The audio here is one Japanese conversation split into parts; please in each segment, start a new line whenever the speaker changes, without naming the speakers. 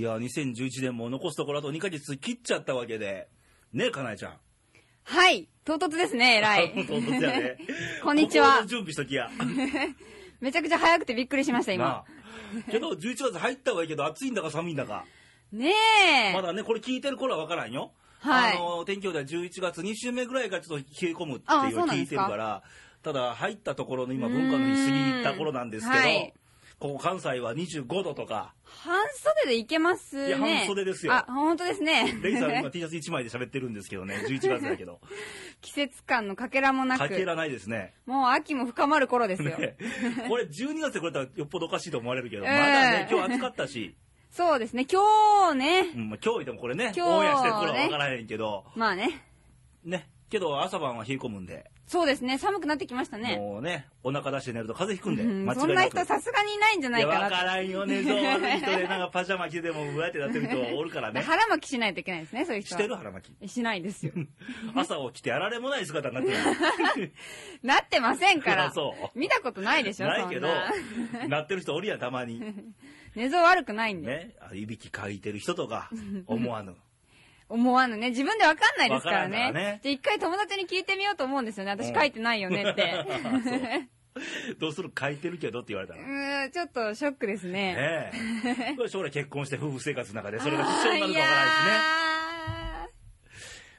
や、2011年も残すところあと2ヶ月切っちゃったわけで。ねえ、かなえちゃん。
はい。唐突で すね、えらい。
唐突やね
こんにち
ここ
は
の。準備しときや。
めちゃくちゃ早くてびっくりしました、
な
今
あ。けど、11月入ったはいいけど、暑いんだか寒いんだか。
ねえ。
まだね、これ聞いてる頃は分からんよ。
はい
あの、天気予報では11月2週目ぐらいがちょっと冷え込むって
あ
いう
そう
のを
なん
聞
で
い
す
てる
か
から、ただ入ったところの今文化の日過ぎた頃なんですけど、
うーんはい
ここ関西は25度とか、
半袖でいけますね。
いや半袖ですよ
あ、本当ですね。
レイさん今 T シャツ1枚で喋ってるんですけどね、11月だけど、
季節感のかけらも な
かけ
く、
らないですね。
もう秋も深まる頃ですよ。
ねこれ12月でこれだったらよっぽどおかしいと思われるけど、
え
ま
え
だね、今日暑かったし、
そうですね、今日ね
う。んまあ今日いてもこれね、
今日ね
オンエアしてる頃は分からへんけど、
まあね。
ね、けど朝晩は冷え込むんで、
そうですね、寒くなってきましたね。
もうね、お腹出して寝ると風邪ひくんで、
うん
間違い
そんな
なく。
人さすがにいないんじゃないい
や、
か
わか
な
らんよね、そう 悪い人で、なんかパジャマ着てても、うわってなってる人おるから
と。
ね。
腹巻きしないといけないですね、そういう人
し
は。
てる腹巻き。
しないですよ。
朝起きてあられもない姿にな ってる。
なってませんか
あ
ら
そ。
見たことないでしょ、
ないけど
そんな、
なってる人おるやん、たまに。
寝相悪くないんで。
ね。あいびきかいてる人と か、思わぬ。
思わぬね。自分でわかんないですからね。
わからんからね
じゃあ一回友達に聞いてみようと思うんですよね。
う
私
ん
書いてないよ ねって。
どうするかいてるけどって言われた
う
ら。ね
ーん、ちょっとショックですね。
え。これ将来結婚して夫婦生活の中で、それが
あ
必要にな
ー
る
い
か
や
わからないしね。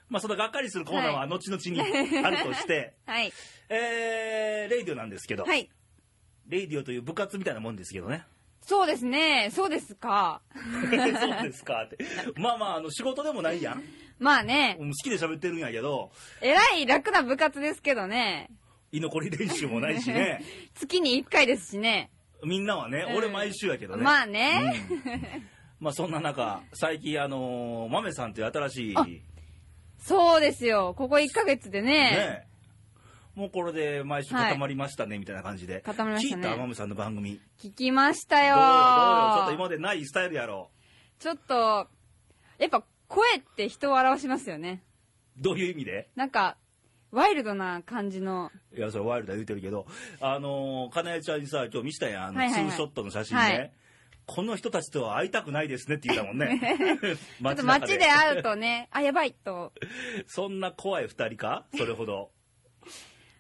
まあ、そのがっかりするコーナーは後々にあるとして、
ーはい。
えー、レイディオなんですけど、
はい。
レイディオという部活みたいなもんですけど ね。
そうですね。そうですか。
そうですかって。まあまあ、あの、仕事でもないやん。
まあね。
うん好きで喋ってるんやけど、
えらい楽な部活ですけどね。
居残り練習もないし ね。
月に1回ですしね。
みんなはね、
うん
俺毎週やけどね。
まあね。
まあそんな中、最近あのー、豆さんという新しい、
あ
ね
そうですよ。ここ1ヶ月でね。
もうこれで毎週固まりましたね、みたいな感じで。
固まりましたね
聞いた豆さんの番組。
聞きました
ど
よ
うよ、どうよ、ちょっと今までないスタイルやろ。
ちょっと、やっぱ声って人を表しますよね。
どういう意味で
なんか、ワイルドな感じの。
いや、それワイルドは言うてるけど、あのー、かなえちゃんにさ、今日見せたやん、あの、
はいはい
ツ
はい
ーショットの写真ね。
はい
この人たちとは会いたくないですねって言ったもんね。
ちょっと街で会うとね、 あ、やばいと。
そんな怖い二人かそれほど。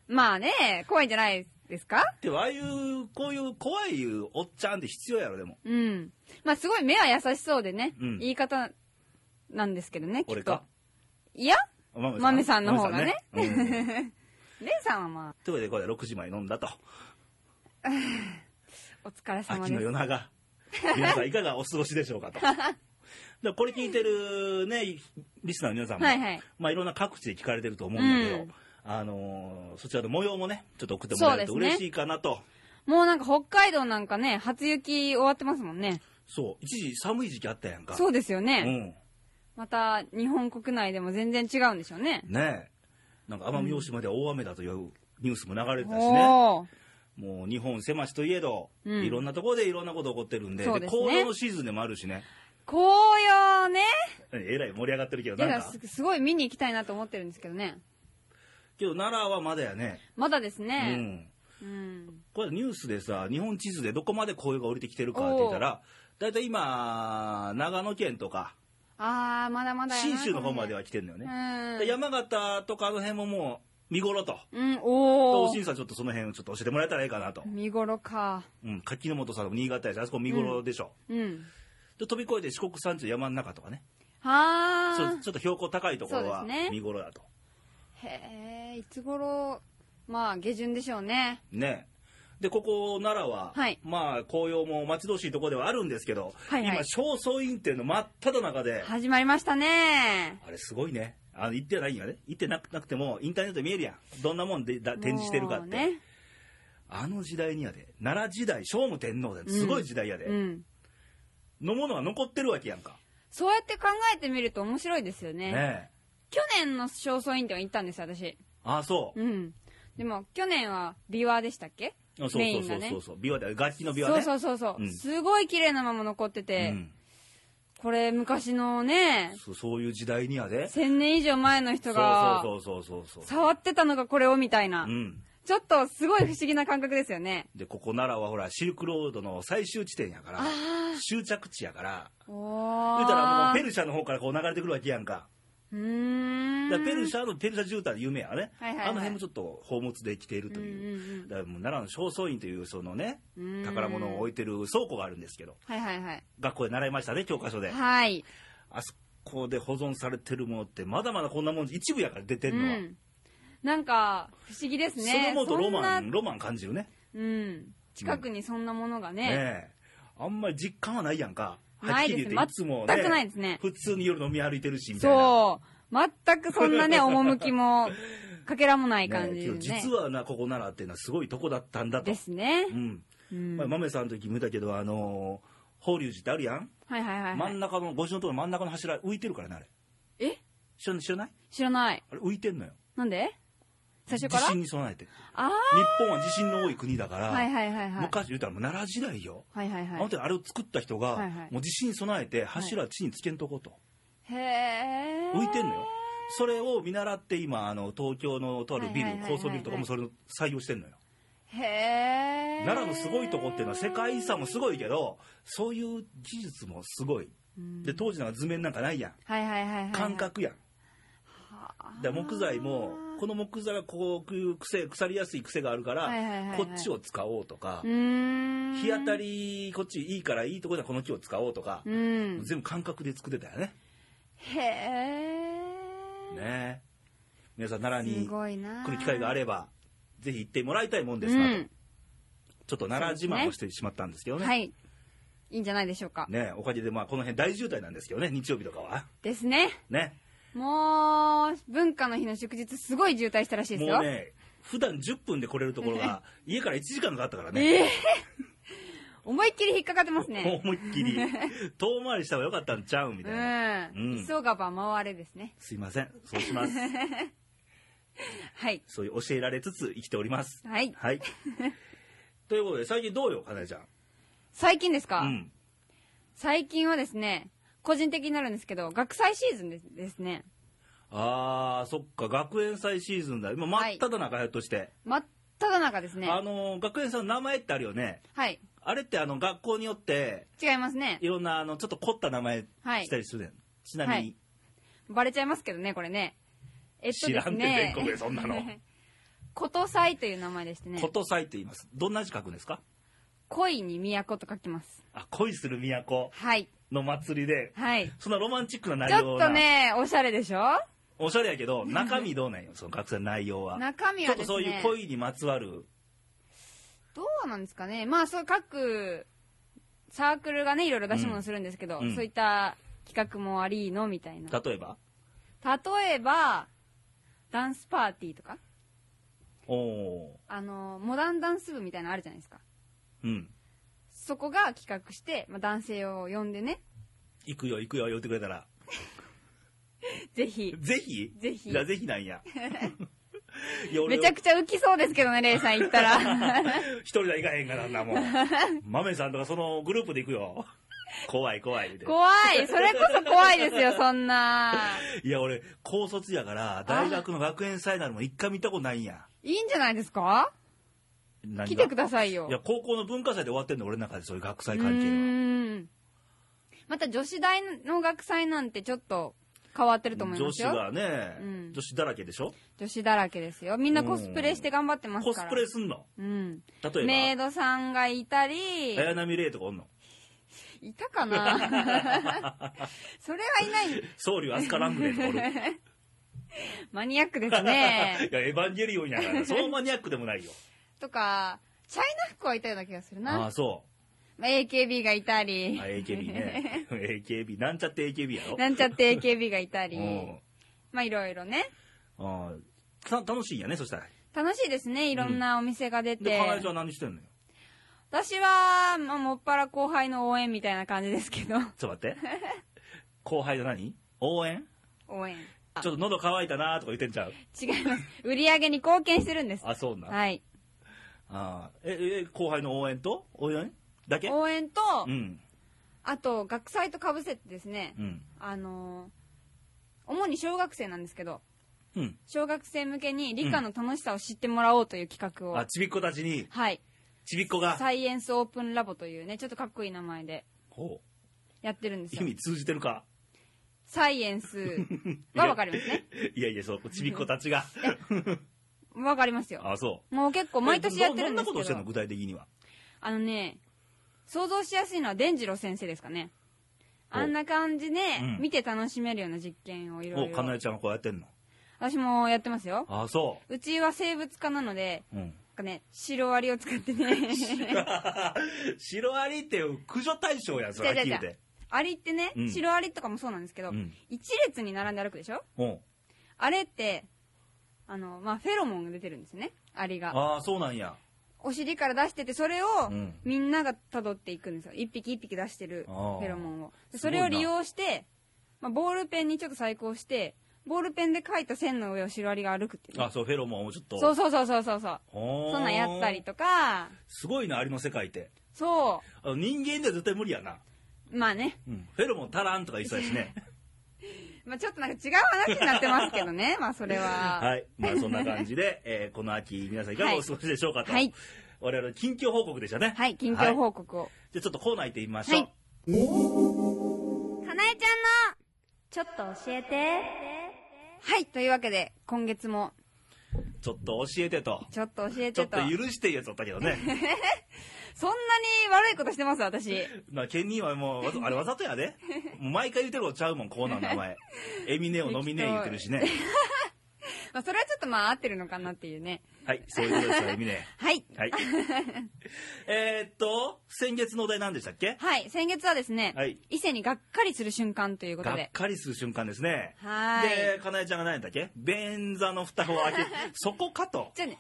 まあね、怖いんじゃないですか
でもああいう、こういう怖いおっちゃんって必要やろ、でも。
うん。まあすごい目は優しそうでね、
うん
言い方なんですけどね、き
俺
っと
か。。
いや、
マ
豆さんの方がね
豆さんねうん
レイさんはま
ということで、これで6時まで飲んだと。
あ、お疲れ様
秋の
です。
夜長。皆さんいかがお過ごしでしょうか と。でこれ聞いてるね、リスナーの皆さんも、
はいはい
まあいろんな各地で聞かれてると思うんだけど、
うん
あのーそちらの模様もね、ちょっと送ってもらえると
そうですね
嬉しいかなと。
もうなんか北海道なんかね、初雪終わってますもんね。
そう,、一時寒い時期あったやんか。
そうですよ
う
ね。
ん。
また日本国内でも全然違うんでしょうね。
ねえ。なんか奄美大島では大雨だというニュースも流れてたしね。
おー。
もう日本狭しといえど、
うん
いろんなところでいろんなこと起こってるんで、
そう
で
ですね
紅葉のシーズンでもあるしね、
紅葉ね。
えらい盛り上がってるけど、
いや
なんか、
すすごい見に行きたいなと思ってるんですけどね。
けど奈良はまだやね、
まだです
う
ね。
ん、
うん。
これニュースでさ、日本地図でどこまで紅葉が降りてきてるかって言ったら、大体今、長野県とか、
あー、まだまだやな
信州の方までは来てるのよ
う
ね、
ん
で。山形とかあの辺ももう見頃と、
うん、お
東
ー。
進さん、ちょっとその辺ちょっと教えてもらえたらいいかなと、
見頃か。
うん、柿の本さんも新潟やし、あそこ見頃でしょ、
うん。
で飛び越えて四国山地の山の中とかね、
は
そう
ー。
ちょっと標高高いところは
そうですね
見頃だと。
へえ、いつ頃、まあ、下旬でしょうね。
ねでここ奈良は、
はい
まあ紅葉も待ち遠しいところではあるんですけど、
はいはい
今正倉院っていうの真っ只中で、
始まりましたね。
あれすごいねあの行ってないんやね行ってなくなくてもインターネットで見えるやんどんなもんでだ展示してるかっ
も
て、
うね。
あの時代にやで奈良時代聖武天皇ですごい時代やで、
うん。
のものが残ってるわけやんか
そうやって考えてみると面白いですよね。
ねえ
去年の正倉院っては行ったんです、私。
ああそう、
うん。でも、去年は、琵琶でしたっけ
あそうそ
メイ
う
ン
そ
が
う
ね
そうそう琵琶で楽器の琵琶ね
そうそうそうそう、
うん
すごい綺麗なまま残ってて、
うん
これ昔のね
そうそういう時代にやで
1000年以上前の人
そう
が
そうそうそうそうそう
触ってたのがこれをみたいな、
うん
ちょっとすごい不思議な感覚ですよね。
で、ここ奈良はほら、シルクロードの最終地点やから
あ、あ
終着地やから、。
おー。
言うたらもうペルシャの方からこう流れてくるわけやんか。
うーん。
だからペルシャのペルシャ絨毯で有名やね、
はいはいはい
あの辺もちょっと宝物で来ているという、
うんうんうん
だからもう奈良の正倉院というそのね
うん
宝物を置いてる倉庫があるんですけど
はいはいはい。
学校で習いましたね教科書で
はい。
あそこで保存されてるものってまだまだこんなもん一部やから出て
う
るのは、
ん。なんか、不思議です
そ
ね。
のもとロマ
そ
ン
んな
ロマン感じるね
うん。近くにそんなものが
ね
ね。
えあんまり実感はないやんかは
な
っ
い
き
で
り
すね
言っていつもね
全くないですね
普通に夜飲み歩いてるしみたいな
そう。全くそん なね、趣も、かけらもない感
ねえ
じで
けど
ね。
実はなここ奈良っていうのはすごいとこだったんだと
ですね
う。ん
うん
まあ、豆さんの時も言ったけど、あのー、法隆寺ってあるやん、
はいはいはいは
真
い。
ん中の、ごちのところ真ん中の柱浮いてるからね、あれ。
え
知ら知らない
知らない。
あれ浮いてんのよ。
なんで最初
地
から
震に備えて。日
あ
本は地震の多い国だから、
あはいはいはいはい。
昔言ったらもう奈良時代よ。
はいはい
あ
は
の時あれを作った人が、
はいはい
もう地震に備えて柱地につけんとこと。
い。へえ。
浮いてんのよ。それを見習って今、あの、東京のとあるビル、
はいはいはいはい
高層ビルとかもそれを採用してんのよ。
へえ。
奈良のすごいとこっていうのは世界遺産もすごいけど、そういう技術もすごい。
うん
で、当時なんか図面なんかないやん。
はいはいはいはい。
感。覚やん。だから木材もこの木材はこういう癖腐りやすい癖があるから、
はいはいはいはい
こっちを使おうとか、
うーん。
日当た。りこっちいいからいいところではこの木を使おうとか、
うん。
全部感覚で作ってたよね。
へえ。
ね皆さん奈良
す
に来
ごいな。
る機会があればぜひ行ってもらいたいもんで
う
すなと、
ん。
ちょっと奈良自慢をしてしまったんですけどね。
はい。いいんじゃないでしょうか。
ねおかげでまあこの辺大渋滞なんですけどね日曜日とかは
ですね。
ね
もう、文化の日の祝日、すごい渋滞したらしいですよ。
もうね普段10分で来れるところが家から1時間かかったからね
ええ思いっきり引っかかってますね。
思いっき り遠回りした方が良かったんちゃうみ
う
たいな、
ん。
うん
急がば回れですね。
すいませんそうします
はい。
そういう教えられつつ生きております
はい。
はいということで最近どうよかなえちゃん
最近ですか、
うん
最近はですね、個人的になるんですけど、学祭シーズンですですね。
あーそっか学園祭シーズンだ今真っ只中ひょっとして、
真っ只中ですね。
あのー学園祭の名前ってあるよね
はい。
あれってあの学校によって
違いますね
い。ろんなあのちょっと凝った名前
はい
したりするねん、ちなみに、
はいバレちゃいますけどね、これね。えっと
知
で
ら
す
んね
ね。
全国でそんなの
こと祭という名前でしてね
こ。と祭と言いますどんな字書くんですか
恋に都と書きます。
あ恋する都
はい。
の祭りで
はい。
そんなロマンチックな内
ちょ
容
っ
な
とね、おしゃれでしょ
おしゃれやけど、中身どうなんよ、そ の学生の内容は。
中身
ちょっ
はで
とそう
すね。
いう恋にまつわる。
どうなんですかね、まあ、そう各サークルがね、いろいろ出し物するんですけど、
うんうん
そういった企画もありのみたいな。
例えば
例えば、ダンスパーティーとか、
おお
あの、モダンダンス部みたいなのあるじゃないですか。
ーうん。
そこが企画して、まあ、男性を呼んでね、
行くよ、行くよ、言ってくれたら。
ぜひ、
ぜひ
ぜひ
じゃあぜひなん や。いや
めちゃくちゃ浮きそうですけどね、レイさん行っ たら。
一人では行かへんからな、もう。豆さんとかそのグループで行く よ。怖い、怖い、みたいな。
怖い、それこそ怖いですよ、そんな。
いや、俺、高卒やから、大学の学園祭なのも一回見たことないんや。
いいんじゃないですか
何が
来てくださいよ。
いや、高校の文化祭で終わってんの、俺の中でそういう学祭
う
関係は。
ーんまた女子大の学祭なんてちょっと変わってると思い
女
ます
子
よ女
がね、
うん
女子だらけでしょ
子だらけですよみんなコスプレして頑張ってます
コ
か
ス
ら
プレすんの
うん
例
メ
え
イドさんがいたり
ば、綾波レイとかおんの
いた かなそれはいない
僧侶アスカラングレーとかお る
マニアックで す
い
ね
や、エヴァンゲリオンやから、そうマニアックでもないよ。
とかチャイナ服はいたような気がす
あ
る な
あ、そ
まあ AKB がいた
う。
り
あ AKB ね。AKB、なんちゃって AKB やろ。
なんちゃって AKB がいたり
うん
まあいろいろね
ああた楽しいんやね、そしたら。
楽しいですねいろんなお店が出て、
で、かなえちゃんは何してんのよ。
私は、まあ、もっぱら後輩の応援みたいな感じですけ
ちょ
ど、
っと待って。 後輩の何応援
応援。あ
ちょっと喉乾いたなーとか言ってんちゃう。
違います。売り上げに貢献してるんです。
あ、そうなん。あ
はい。
あえ、え、後輩の応援と応援だけ
応援と、
うん。
あと、学祭とかぶせてですね、
うん。
あのー主に小学生なんですけど、
うん。
小学生向けに理科の楽しさを知ってもらおうという企画を、
あ、ちびっ子たちに、
はい。
ちびっ子が、
サイエンスオープンラボというね、ちょっとかっこいい名前で
ほう
やってるんです
意
よ。
味通じてるか。
サイエンスはわかりま すね。
いやいや、そう、ちびっ子たち が。
わかりますよ。
あ、そ
もう結構
う。
毎年やってるんで
えどどんな
す
ことを
け
してるの
ど、
具体的には。
あのね、想像しやすいのは伝次郎先生ですかね。
お
あんな感じで
うん、
見て楽しめるような実験をいろ
お、
い
かな
ろ。
えちゃんはこうやってんの。
私もやってますよ。
あ、そう
ちは生物科なので、
う。 うん。
なんかね、シロアリを使って ね。
シロアリって駆除対象やん、それはっきり言うて。
アリってね、
うん
シロアリとかもそうなんですけど、
うん
一列に並んで歩くでしょ
うん。
あれって、あの、まあ、フェロモンが出てるんですね。アリが。
ああ、そうなんや。
お尻から出してて、それを
うん
みんなが辿っていくんですよ。一匹一匹出してるフ
あー
ェロモンを。です
ご
そ
いな
れを利用して、まあ、ボールペンにちょっと細工をして、ボールペンで描いた線の上をシロアリが歩くっていうね、
あ、そう、フェロモンをちょっと。
そうそうそうそうそうそう。
ほー
そんなんやったりとか、
すごいな、アリの世界って。
そ
あの人間では絶対無理やな。
う。まあね。
うん。フェロモン足らんとか言ってたしね。
まあちょっとなんか違う話になってますけど ね。 まあそれは。
はい。まあそんな感じで、 えーこの秋、皆さんいかがお過ごしでしょうかと。
はい
我々の近況報告でしたね。
はい、近況
告。
報告を。
じゃあちょっとコーナー行ってみましょう。
はいかなえちゃんの、ちょっと教えて。はい、というわけで、今月も、
ちょっと教えてと。
ちょっと教え
ちょ
て
っ
と。
と許してやつだったけど ね。
そんなに悪いことしてます、私。
まあ、ケンニーはもうわざ、あれわざとやで。もう毎回言ってることちゃうもん、コーナーの名 前。エミネをノミネ言ってるしね。
まあ、それはちょっとまあ合ってるのかなっていうね。
はい、そういうことですよ、エミネ。
はい。
はい。えーっと、先月のお題何でしたっけ
はい、先月はですね、
はい
伊勢にがっかりする瞬間ということ
がっ
で。
かりする瞬間ですね。
はーい。
で、かなえちゃんが何だっけ便座の蓋を開 け、そこかと。
じゃあね、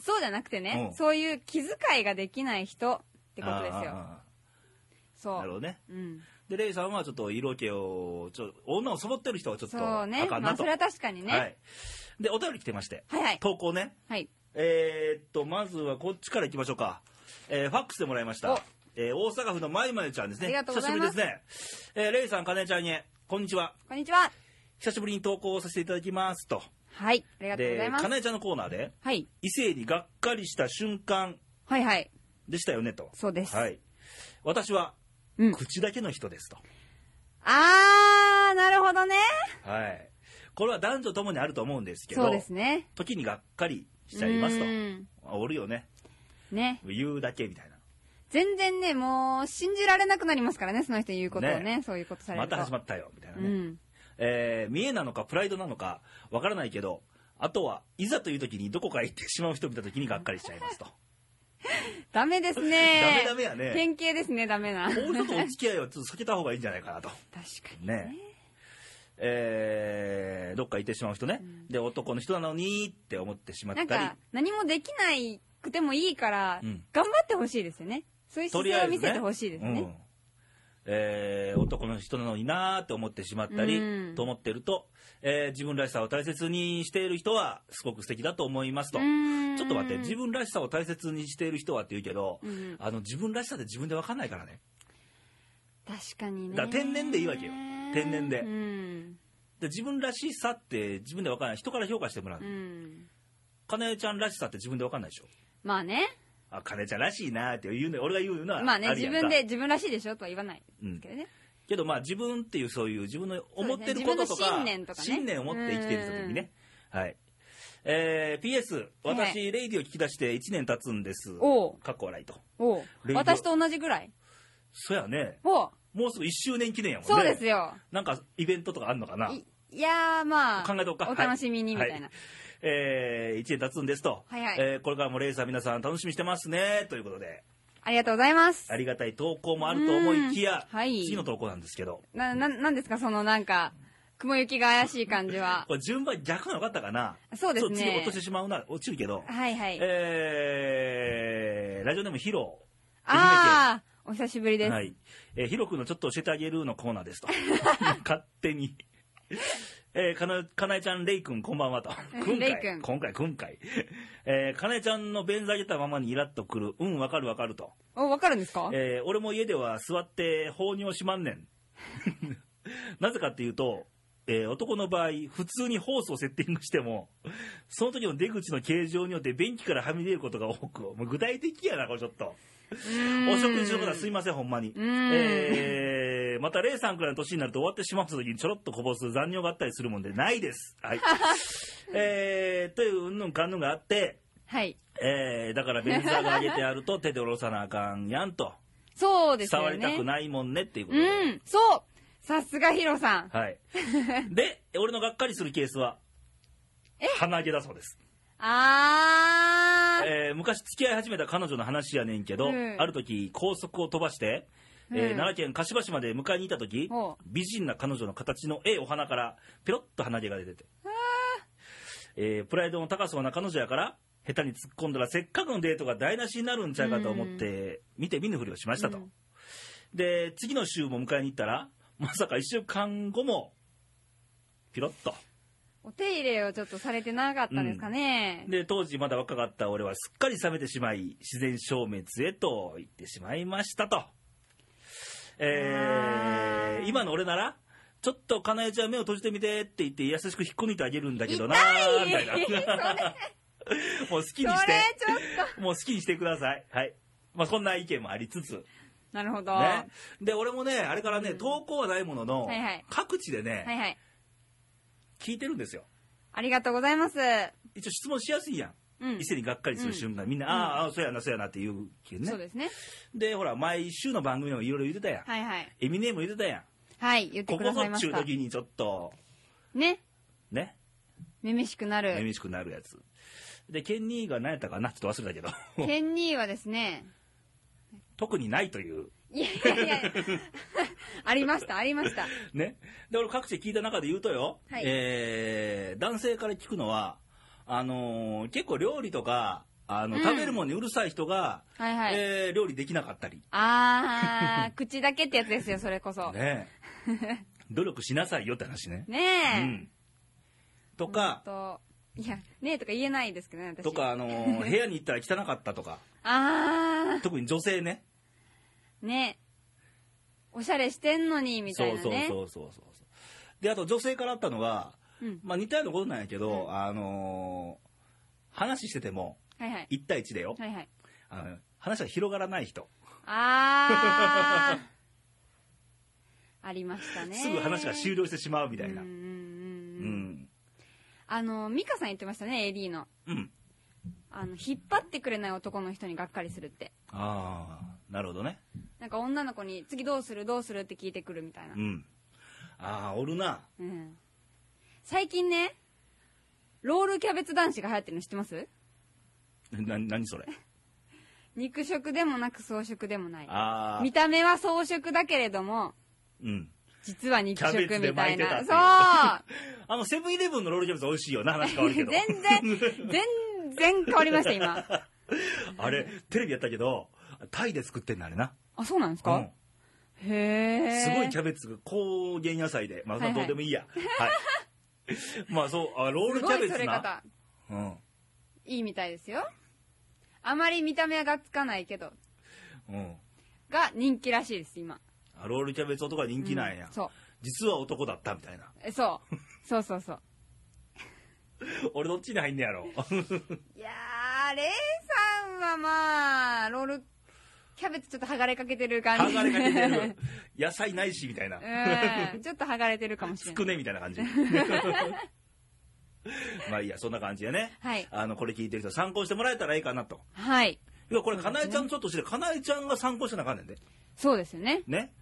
そうじゃなくてね、
うん
そういう気遣いができない人ってことです
あー
よ。
あ
そ
ー
う。
なるほどね。
うん。
で、レイさんはちょっと色気を、ちょ女をそぼってる人はちょっと
そうね。
あかんな
まあ、
と。
それは確かにね。
はい。で、お便り来てまして。
はいはい。
投稿ね。
はい。
えー、っと、まずはこっちから行きましょうか。えーファックスでもらいまし
お
た。えー大阪府のまゆまゆちゃんですね。
ありがとうございます
久しぶりですね。えーレイさん、かねちゃんへ、こんにちは。
こんにちは。
久しぶりに投稿をさせていただきますと。
はい。ありがとうござ
で、
います
か。ねちゃんのコーナーで、
はい。
異性にがっかりした瞬間
はいはい。
でしたよねと。
そうです。
はい。私は、
うん。
口だけの人ですと。
あー、なるほどね。
はい。これは男女ともにあると思うんですけど、
そうですね。
時にがっかりしちゃいますと
う。ん
あおるよね。
ね。
言うだけみたいな。
全然ね、もう、信じられなくなりますからね、その人言うことをね、
ね
そういうことされ
ま
ると。
た始まったよ、みたいな
う
ね。
ん。
えー見栄なのかプライドなのか、わからないけど、あとは、いざという時にどこかへ行ってしまう人見た時にがっかりしちゃいますと。
ダメですね。
ダメダメやね
典型ですね、ダメな。確
こういう人とお付き合いはちょっと避けた方がいいんじゃないかなと。
かに。
ねえーどっか行ってしまう人ね、で男の人なのにって思ってしまっ
なん
たり
か、何もできないくてもいいから、
うん
頑張ってほしいですよね。そういう
と
姿
りあえ
勢を
ず、ね、
見せてほしいですね。
うんえー男の人なのになーって思ってしまったり、
うん
と思ってると、えー自分らしさを大切にしている人はすごく素敵だと思いますと、
うん
ちょっと待って自分らしさを大切にしている人はって言うけど、
うん
あの自分らしさって自分で分かんないからね
確かにね。
だから天然でいいわけよ天然で
うん。
で自分らしさって自分で分かんない人から評価してもらう、
うん。
かなえちゃんらしさって自分で分かんないでしょ
まあね。
あ、金ちゃんらしいなーって言うの、俺が言うのは
まあね、
る
自
やんか
分で、自分らしいでしょとは言わないですけどね。
けどまあ自分っていうそういう自分の思ってることとか、
そうですね自分の信念とかね
信念を持って生きてる時にね。はい。えー、PS、私、レイディを聞き出して1年経つんです。
おう
かっこ笑いと。
おう
レイディオ
私と同じぐらい。
そやね、
おう
もうすぐ1周年記念やもんね。
そうです。よ。
なんかイベントとかあんのかない
いやーまあ、
考えとこうか
お楽しみにみ
は
た
い
いな。
えー、1年経つんですと。
はいはい
えーこれからもレイさん皆さん楽しみにしてますね、ということで、
ありがとうございます
あ。りがたい投稿もあると思いきや、
うんはい
次の投稿なんですけど、
な、な、なんですかそのなんか、雲行きが怪しい感じは。
これ順番逆なのかったかな
そうです
次落
ね
とし。てしまうな、落ちるけど。
はいはい。
えーラジオネームヒロ。
あー、お久しぶりです。
はい。えー、ヒロ君のちょっと教えてあげるのコーナーですと。 勝手に。えーかな、かなえちゃん、レイ君、こんばんはと。くんかい
レイ君
今回、今回。えーかなえちゃんの便座上げたままにイラッとくる。うん、わかるわかると。
お、わかるんですか
えー 俺も家では座って放尿しまんねん。なぜかっていうと、えー男の場合、普通にホースをセッティングしても、その時の出口の形状によって便器からはみ出ることが多く、もう具体的やな、これちょっと。お食事の方はすいません、ほんまに。
うーん
えーまた、レイさんくらいの年になると終わってしまった時にちょろっとこぼす残尿があったりするもんで、ないです。 はい。えーという、うんぬんかんぬんがあって、
はい。
えーだから便座が上げてあると手で下ろさなあかんやんと。
そうですよね。
触りたくないもんねっていうことで。
うん、そうさすがヒロさん。
はい。で、俺のがっかりするケースは、鼻毛だそうです。
あー。
えー昔付き合い始めた彼女の話やねんけど、
うん
ある時高速を飛ばして、えー
うん
奈良県柏島で迎えに行った時
ほ
美人な彼女の形のええお花からペロッと鼻毛が出てて、えープライドの高そうな彼女やから下手に突っ込んだらせっかくのデートが台無しになるんちゃうかと思って、見て見ぬふりをしましたと、
うん
で次の週も迎えに行ったらまさか1週間後もピロッと
お手入れをちょっとされてなかったんですかね。
で当時まだ若かった俺はすっかり冷めてしまい自然消滅へと行ってしまいましたと、え
あ
ー、
ー
今の俺ならちょっとかなえちゃん目を閉じてみてって言って優しく引っこ抜いてあげるんだけどな
痛い
みたい なもう好きにし
そ
て
れちょっ
もう好きにしてくださいはいまあそんな意見もありつつ
と。なるほど。
ねで俺もねあれからね
うん
投稿はないものの、
はいはい
各地でね、
はいはい。
聞いてるんですよ
ありがとうございます。う
一応質問しやすいやん
ん
伊。勢にがっかりする瞬間、みんな、
うん
ああああ、そうやな、そうやなって言うけどね。
そうですね。
でほら、毎週の番組でもいろいろ言ってたやん。
はいはい。
エミネも言ってたやん。
はい、言って
こ
く
こ
だ
ぞ
さい
っ
ま
ちゅ
し
う
た。
時にちょっと、
ね。
ね、
めめしくな
め
る。
みしくなるやつ。で、ケンニーが何やったかな、ちょっと忘れた けど、
ケンニーはですね、
特にないという。
いやいやいや ありました、ありました。
ね。で、俺各地聞いた中で言うとよ、
はい
えー男性から聞くのは、あのー結構料理とか、あの、
うん
食べるもんにうるさい人が、
はいはい。
えー料理できなかったり、
あー、口だけってやつですよ、それこそ。ね
ね。 努力しなさいよって話ね。
え。
うん。とか、
ほんといや、ねえとか言えないですけどね、私。
とか、あの ー部屋に行ったら汚かったとか、
あ
特に女性ね。
ー、ねえ。おしゃれしてんのに、 みたいなね。
そうそうそうそうそう。で、あと女性からあったのが、
うん。
まあ似たようなことなんやけど、
う
あのー話してても、
はいはい。
1対1でよ、
はいはい。
あの話が広がらない人、
あー。 ありましたね。
すぐ話が終
了
了してしまうみたいな。
う
うん
うん
ん。
うんうん。あの、美香さん言ってましたね、AD の。
うん
あの、引っ張ってくれない男の人にがっかりするって。
ああ、なるほどね。
なんか女の子に、次どうするどうするって聞いてくるみたいな
う。ん。ああ、おるな。
うん最近ね、ロールキャベツ男子が流行ってるの知ってます
な、何それ。
肉食でもなく草食でもない。
ああ
見、た目は草食だけれども、
うん。実
実は肉食
キャベツで
みた
巻い
い
てた
な。
っていう
そう
あの、セブンイレブンのロールキャベツ美味しいよな、話変わるけど。
全然、全然変わりました、今。
あれ、テレビやったけど、タイで作ってんのあれな。
あ、そうなんです
う
か、
ん。
へえ。
すごいキ
ャベ
ャベツが高原野菜で、まあ、
はいはい
どうでもいいや。はい。 まあ、そう、あロールキャベ
すごいそ
ツ
れ
な。
方、
うん。
いいみたいですよ。あまり見た目はがっつかないけど、
うん。
が人気らしいです、今。
あロールキャベツ男は人気なんや。
うんそう。
実は男だったみたいな。
えそう。そうそうそう。
俺どっちに入んねやろ。
いやー、レイさんはまあ、ロール、キャベツちょっと剥がれかけてる感
剥
じ。
がれかけてる。野菜ないし、みたいな。
うん。ちょっと剥がれてるかもしれ
つ
ない。
くね、みたいな 感じ。まあいいや、そんな感じでね。
はい。
あの、これ聞いてる人参考してもらえたらいいかなと。
はい。
いや、これ、かなえちゃんちょっとして、かなえちゃんが参考してなあかんねんで。
そうですよね。
ね。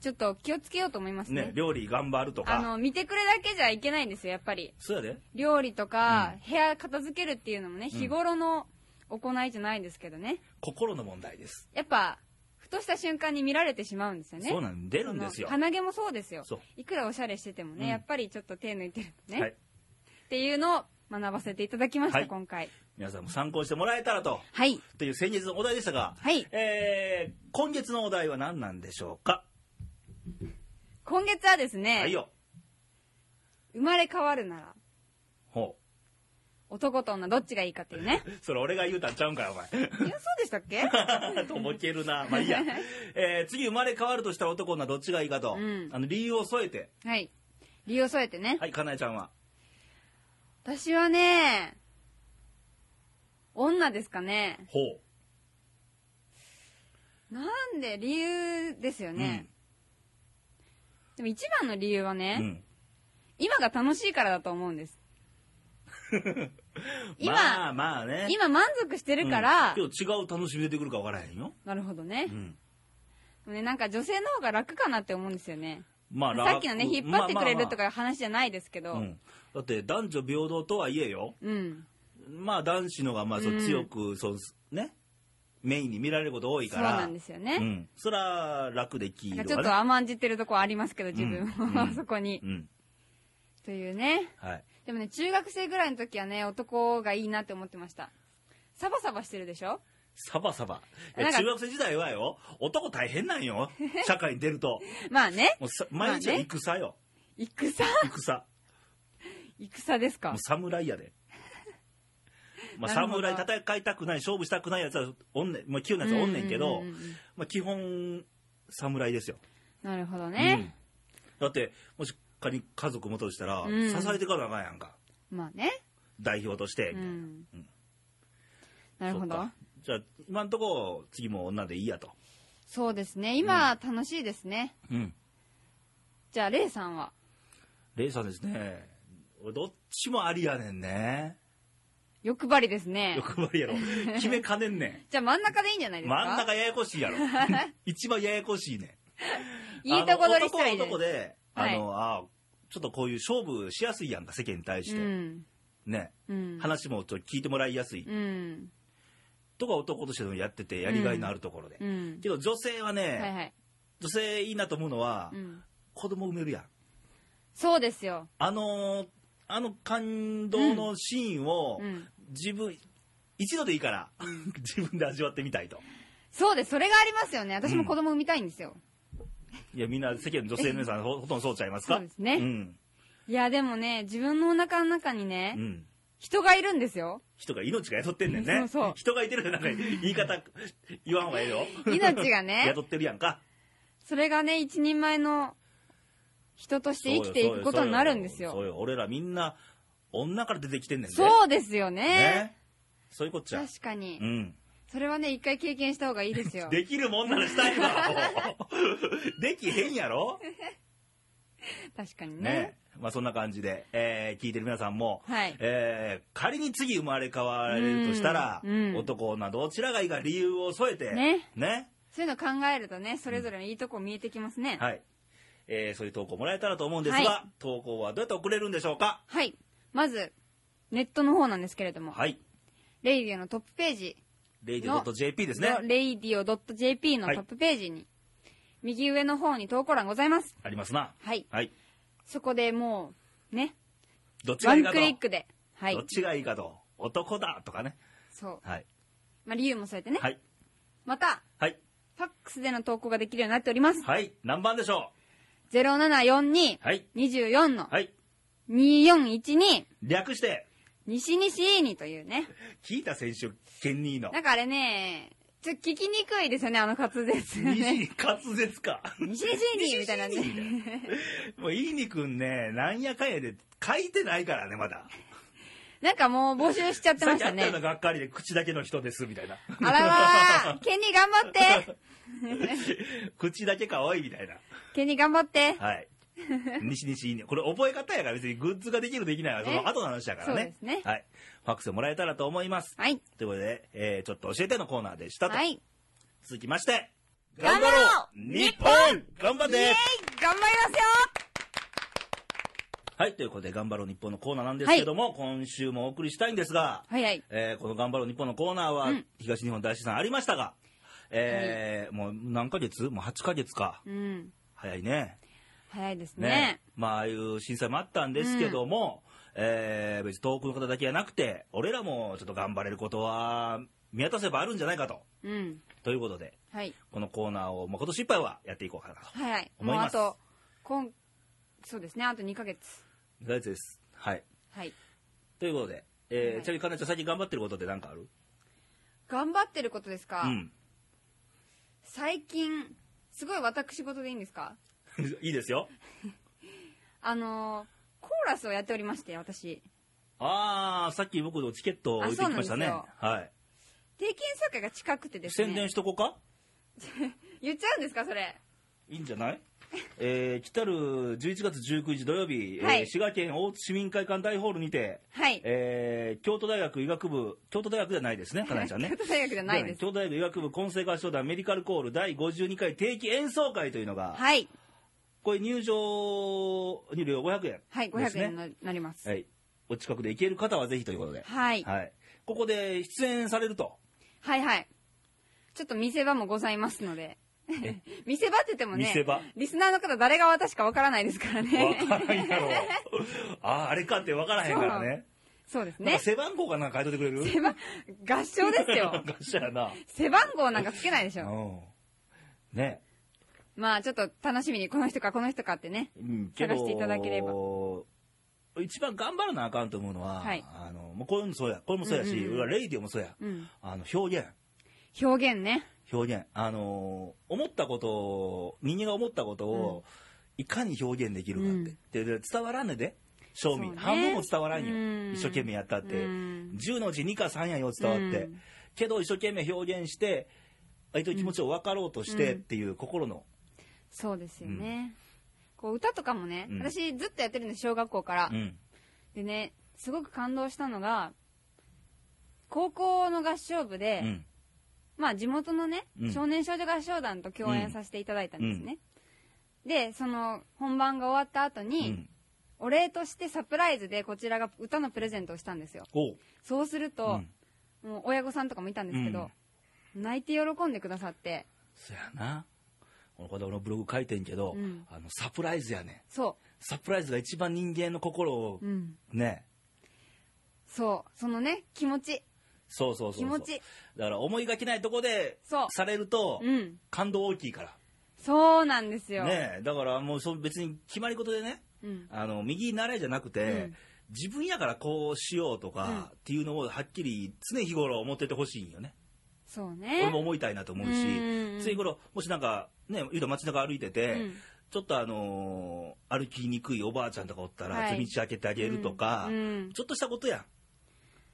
ちょっと気をつけようと思いますね。
ね、料理頑張ると
あ
か。
の、見てくれだけじゃいけないんですよ、やっぱり。
そうやで。
料理とか、
う
部屋片付けるっていうのもね、日頃の行いじゃないんですけどね。
心の問題です。
やっぱ、ふとした瞬間に見られてしまうんですよね。
そうなん出るんですよ
その。鼻毛もそうですよ
そう。
いくらおしゃれしててもね、
うん
やっぱりちょっと手抜いてるとね。
はい。
っていうのを学ばせていただきました、
はい
今回。
皆さんも参考してもらえたらと、
はい。
という先日のお題でしたが、
はい
えー、今月のお題は何なんでしょうか。
今月はですね、
はいよ。
生まれ変わるなら、
ほ
男と女どっちがいいかってい うね。
う。それ俺が言うたんちゃうんかい、お前。
いや、そうでしたっ け
とぼけるな。まあいい や。えー、次生まれ変わるとしたら男女どっちがいいかと、
うん
あの理由を添えて、
はい。理由を添えてね。
はい、かなえちゃんは。
私はね、女ですかね。
ほ
なんで理由ですよ
う。
ね。でも一番の理由は
う
ね、
ん。うん。
今が楽しいからだと思うんです。今
まあまあね。
今満足してるから、
うんけど違う楽しみ出てくるか分からへんよ。
なるほどね
う。ん。
でもね、なんか女性の方が楽かなって思うんですよね。
まあ、
さっきのね、
楽
引っ張ってくれると
まあ
かいう話じゃないですけど、
まあまあうんだって男女平等とはいえよ。
うん。
まあ男子のがまあそううん強くそうねメインに見られること多い
そ
か
う
ら
なんですよね。
うん、そら楽で黄
なん
色
かちょっと
はね
甘んじてるとこありますけど、自分も、
うん
そこに。
うん
というね。
はい
でもね、中学生ぐらいの時はね、男がいいなって思ってました。サバサバしてるでしょ
サバサバい
な
や
んか
中学生時代はよ男大変なんよ社会に出ると
まあね、
もうさ毎日は戦よ、
戦
戦
戦ですか
もう侍 やでまあ
なるほど
侍戦いたくない勝負したくないやつはおんねん、まあ、器用なやつはおんねんけど、
うううんうん
まあ、基本侍ですよ
なるほど
う
ね
ん。だってもし仮に家族もとしたら、
うん
支えていかなあかんやんか
まあね。
代表として、み
う。
たいなん
なるほ
そっ
ど
か。じゃあ今んとこ次も女でいいやと
そうですね。今、楽しいですね。
うん
じゃあ、レイさんは
レイさんですね俺どっちもありやねんね
欲張りですね。
欲張り やろ決めかねんね
じゃあ、真ん中でいいんじゃない
ん
ですか
真ん中ややこしいや ろ一番ややこしいねん
いいとこ取りした
あの
い
男は男
です。
で、あのあちょっとこういう勝負しやすいやんか世間に対して、
うん。
ね
うん。
話もちょっと聞いてもらいやすい、
うん。
とか男としてもやっててやりがいのあるところで、
うん。
けど女性はね、
はいはい。
女性いいなと思うのは、
うん。
子供産めるやん
そうですよ。
あのーあの感動のシーンを
うん。
自分、一度でいいから 自分で味わってみたいと
そうです。それがありますよね。私も子供産みたいんですよ。
いやみんな世間の女性の皆さんほ ほとんどそうちゃいますか
そうですね
うん、
いや、でもね、自分のお腹の中にね、
うん、
人がいるんですよ。
人が命が雇ってんねんね
そうそう
人がいてるってなんか言い方言わんほうがええよ
命がね
雇ってるやんか
それがね、一人前の人として生きていくことになるんです
そう
よ。
よ俺らみんな女から出てきてんねんね
そうですよね。
ねそういうこっちゃ
確かに
う。ん
それはね、一回経験した方がいいで すよ。
できるもんならしたいわ できへんやろ
確かにね
ね。まあそんな感じで、えー聞いてる皆さんも、
はい
えー仮に次生まれ変われるとしたら、
うんうん
男女どちらがいいか理由を添えて
ね
ね
そういうの考えるとね、それぞれのいいとこ見えてきます ね。
はい、えーそういう投稿もらえたらと思うんですが、
は
投稿はどうやって送れるんでしょうか
はい。まず、ネットの方なんですけれども、
はい
レイディオのトップページ、
radio.jp ですね
レイディオ .jp のトップページに、右上の方に投稿欄ございます。
ありますな
はい。
はい
そこでもう、ね、
どっち
ワ
がいい
ン
か
ク
と
リックで。は
どっ
い。
ちがいいかと男だとかね
そう。
はい
まあ、理由も添えてね。
はい
また、
はい
ファックスでの投稿ができるようになっております。
はい何番でしょ
0742-24
うはい
の
はい
2412、
略して
西西にというね。
聞いた選手権2位の
なんかあれね、ちょっと聞きにくいですよね、あの滑舌ね。
西滑舌か
西西にみた いな
西西
ね。
に もういいにくんねなんやかんやで書いてないからねまだ
なんかもう募集しちゃって
さっ
まし
きあ
た
っ
ね
た。のがっかりで口だけの人ですみたいな
あらら、ケニー頑 張って
口だけかわいいみたいな
ケニー頑張って
はい西西いいねこれ覚え方やから別にグッズができるできないはその後の話だからね
そうですね
はいファックスもらえたらと思います
はい。
ということで、えーちょっと教えてのコーナーでしたと、
はい。
続きまして
頑張ろう
日本頑張っ
イエー
て
イ頑張りますよ
はい、ということで、頑張ろう日本のコーナーなんですけども、今週もお送りしたいんですが、
はいはい。
えーこの頑張ろう日本のコーナーは
うん、
東日本大震災ありましたが、えーもう何ヶ月もう8ヶ月か。
うん。
早いね。
早いです
ね。
ね。
まあ、ああいう震災もあったんですけども、えー別に遠くの方だけじゃなくて、俺らもちょっと頑張れることは、見渡せばあるんじゃないかと。
うん。
ということで、
はい。
このコーナーを、まあ、今年いっぱいはやっていこうかなと。
はいはい。
思
も
いうま
あ
す
と、こん、そうですね、あと2ヶ月。
2ヶ月です。はい。
はい。
ということで、えー
はい
ちなみに、かなちゃん最近頑張ってることって何かある
頑張ってることですか、
うん。
最近、すごい私事でいいんですか
いいですよ。
あのーコーラスをやっておりまして、私。
ああ、さっき僕のチケットを置いてきましたね。
あそうなん
は
で
い。
定期演奏会が近くてですね。
宣伝しとこうか
言っちゃうんですか、それ。
いいんじゃ ないえー、来たる11月19日土曜日、
は
えー
い
滋賀県大津市民会館大ホールにて、
はい。
えー京都大学医学部、京都大学じゃないですね、かなえちゃんね
京。都大学じゃないです。
京都大学医学部混声合唱団メディカルコール第52回定期演奏会というのが、
はい。
これ入場入料500円。
はい、
で
500
すね
円になります。
はい。お近くで行ける方はぜひということで。
はい。
ここで出演されると。
はいはい。ちょっと見せ場もございますので。 見せ場って言ってもね、
見せ場
リスナーの方誰が私かわからないですから
わ
ね。
からんやろ。ああ、あれかってわからへんからね。
そうです
なん
ね
か。背番号かなんか書いといてくれる
背番、合唱です
なん
よ。
かしたやな。
背番号なんかつけないでし
う
ょ。
ん。ね。
まあちょっと楽しみにこの人かこの人かってね。
うん、
探していただければ
一番頑張らなあかんと思うのは、
はい
あの、もうこういうのもそうや、これもそうやし、
うんうんうん
俺はレイディオもそうや。
うん。
あの、表現。
表現ね。
表現。あのー思ったことを、人間が思ったことを、いかに表現できるかって。でで伝わらんねで、賞味。
そうね
半分も伝わらん
う
よ。
ん
一生懸命やったって。
うん
10のうち2か3やよ伝わって。
うん
けど、一生懸命表現して、相手の気持ちを分かろうとしてっ
うん
ていう心の。
そうですよね。こう歌とかもね、
うん
私ずっとやってるんです、小学校から。
うん
でね、すごく感動したのが、高校の合唱部で、
うん
まあ地元のね、
うん
少年少女合唱団と共演させていただいたんですね。で、その本番が終わった後
う
に、
ん
お礼としてサプライズでこちらが歌のプレゼントをしたんですよ。
おう
そうする
う
と、
ん
もう親御さんとかもいたんですけど、泣いて喜んでくださって、
そやな。俺この間俺のブログ書いてんけど、
うん
あの、サプライズやねん。
そ
サプライズが一番人間の心を
う、うん、
ね、
そう、そのね、気持ち、
そうそうそうそう
気持ち、
だから思いがけないとこで
そう
されると
うん、
感動大きいから、
そうなんですよ。
ねえだからもうそう別に決まり事でね
うん、
あの右になれじゃなくて、
うん
自分やからこうしようとかっていうのをはっきり常日頃思っててほしいんよね
そう
俺
ね
も。思いたいなと思うし
うん
常日頃もしなんかね言うと街中歩いてて、
うん
ちょっとあのー歩きにくいおばあちゃんとかおったら、
はい
道開けてあげるとか、
うんうん
ちょっとしたことやん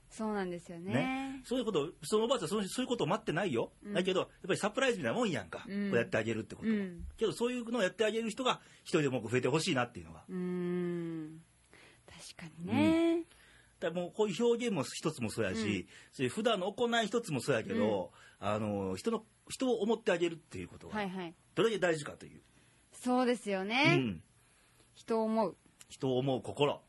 そうなんですよね。
ね、そういうこと、そのおばあちゃんその、そういうことを待ってないよ、
うん
だけど、やっぱりサプライズみたいなもんやんか、
うん
こうやってあげるってことは、
うん
けど、そういうのをやってあげる人が、一人でも多く増えてほしいなっていうのが、
うーん。確かにね。
だからもうこういう表現も一つもそうやし、
うん
そういう普段の行い一つもそうやけど、あの人の人を思ってあげるっていうこと
は
が
い、はい。
どれだけ大事かという、
そうですよ
う
ね。
ん、
人を思う。
人を思う心、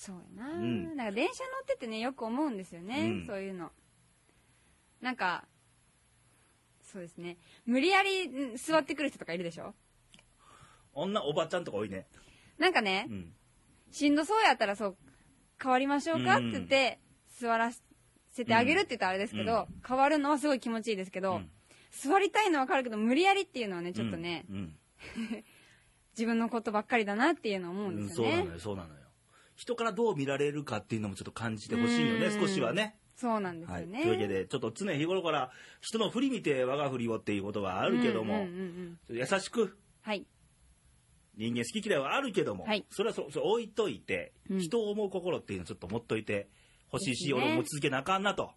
そうやな、
うん
なんか電車乗っててねよく思うんですよね、
うん
そういうのなんかそうですね無理やりん座ってくる人とかいるでしょ
女、おばちゃんとか多いね。
なんかね
う、ん
しんどそうやったらそう変わりましょうかって言って、座らせてあげるって言ったらあれですけど、変わるのはすごい気持ちいいですけど、
うん
座りたいのは分かるけど無理やりっていうのはねちょっとね、
うんうん
自分のことばっかりだなっていうのを思うんです
そう
よね、
なのよ、そうなのよ。人からどう見られるかっていうのもちょっと感じてほしいよね、
うん
少しはね。
そうなんですよ
はい、と
ね、
いうわけでちょっと常日頃から人の振り見て我が振りをっていうことはあるけども、
うんうんうんうん
優しく
はい
人間好き嫌いはあるけども、
はい
それはそそれ置いといて、
うん
人を思う心っていうのをちょっと持っといてほしいし、
ですね
俺も続けなあかんなと、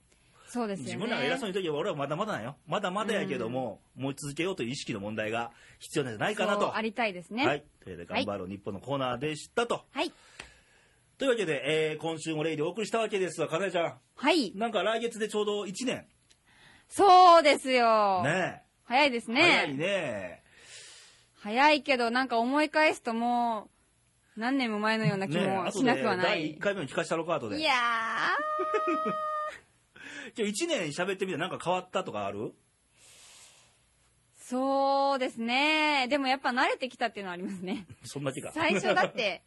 そうですよね
自分らが偉そうに言うときは俺はまだまだなんよまだまだやけども、持ち続けようという意識の問題が必要なんじゃないかな
そう
と。
ありたいですね。
は
はい。
い、というわけで頑張ろう日本のコーナーでしたと。
はい。
というわけで、えー今週もレイでお送りしたわけですが、かなえちゃん、なんか来月でちょうど1年。
そうですよ。
ね
早いです
え。
ね。
早いね。
早いけど、なんか思い返すともう、何年も前のような気
ねえ
も
後
しなくはな
で第
い。
1回目の聞かしたろカードで。
い
今
や
日1年喋ってみてなんか変わったとかある
ー、そうですね。でもやっぱ慣れてきたっていうのはありますね。
そんな気が。
最初だっ。て、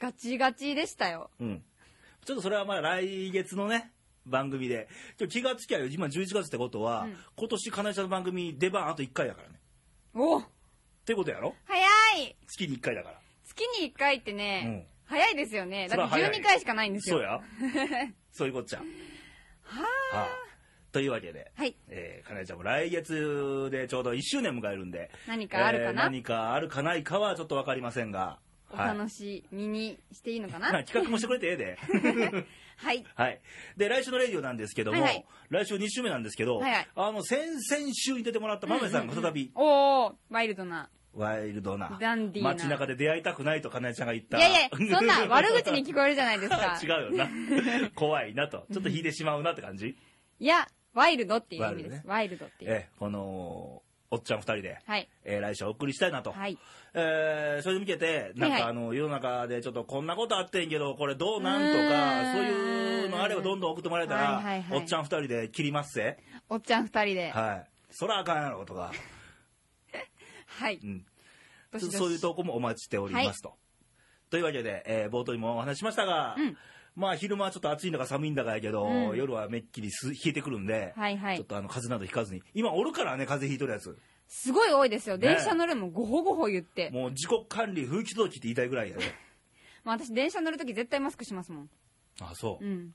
ガチガチでしたよ。
うん。ちょっとそれはまあ来月のね、番組で。今日気がつきゃよ、今11月ってことは、
うん
今年かなえちゃんの番組出番あと1回だからね。
お
ってことやろ
早い
月に1回だから。
月に1回ってね、早いですよね。だ
それは
って
早い
12回しかないんですよ。
そう や。そういうこっちゃ。はあ。というわけで。
はい。
えー、かなえちゃんも来月でちょうど1周年迎えるんで
何かあるか
えー
な、
何かあるかないかはちょっと分かりませんが
お
はい
楽しみにしていいのかなはい、
企画もしてくれてええ で。はい。で、来週のレディオなんですけども、
はいはい
来週2週目なんですけど、
はいはい
あの、先々週に出てもらったマメさんが再び、
おーワイルドな
ワイルドな、
ダンディーな
街中で出会いたくないとかなえちゃんが言った。
いやいやそんな悪口に聞こえるじゃないですか
違うよな。 怖いなと。ちょっと引いてしまうなって感じ。
いやワイルドっていう意味ですワイ,、ルドっていう、
ええ、この、おっちゃん二人で、
はい
えー来週はお送りしたいなと。
はい
えーそれに向けて、なん
はい
かあ
はい
の、世の中でちょっとこんなことあってんけど、これどうなんとか、
うーん
そういうのあればどんどん送ってもらえた
はいは
ら、
いはい
おっちゃん二人で切りますぜ。
おっちゃん二人では
はい。そらあかんやろとか、
い、
うん。
どしどし
そういう投稿もお待ちしておりますと。というわけで、えー冒頭にもお話ししましたが、
うん
まあ昼間はちょっと暑いんだか寒いんだかやけど、
うん
夜はめっきりす冷えてくるんで、
はいは
ちょっ
い
とあの風邪などひかずに、今おるからね、風邪ひいとるやつ。
すごい多いですよ
ね
電車乗るのもごほごほ言って、
もう自己管理、風気届きって言いたいぐらいや で。
まあ、私電車乗るとき絶対マスクしますもん
あ、そう
う。ん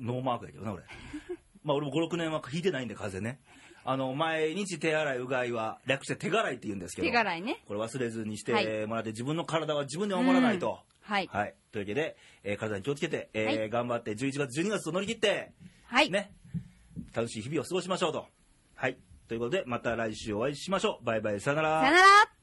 ノーマークやけどな、俺。 まあ俺も5、6年は引いてないんで、風邪ね。あの、毎日手洗い、うがいは、略して手洗いって言うんですけど。
手洗いね
これ忘れずにし
は
て
い
もらって、自分の体は自分で守らないと。
はい
はい。というわけで、えー体に気をつけて、えー
は
頑張って11月、12月と乗り切って、
はい、
ね、楽しい日々を過ごしましょうと。はい。ということで、また来週お会いしましょう。バイバイ、さよなら
さよなら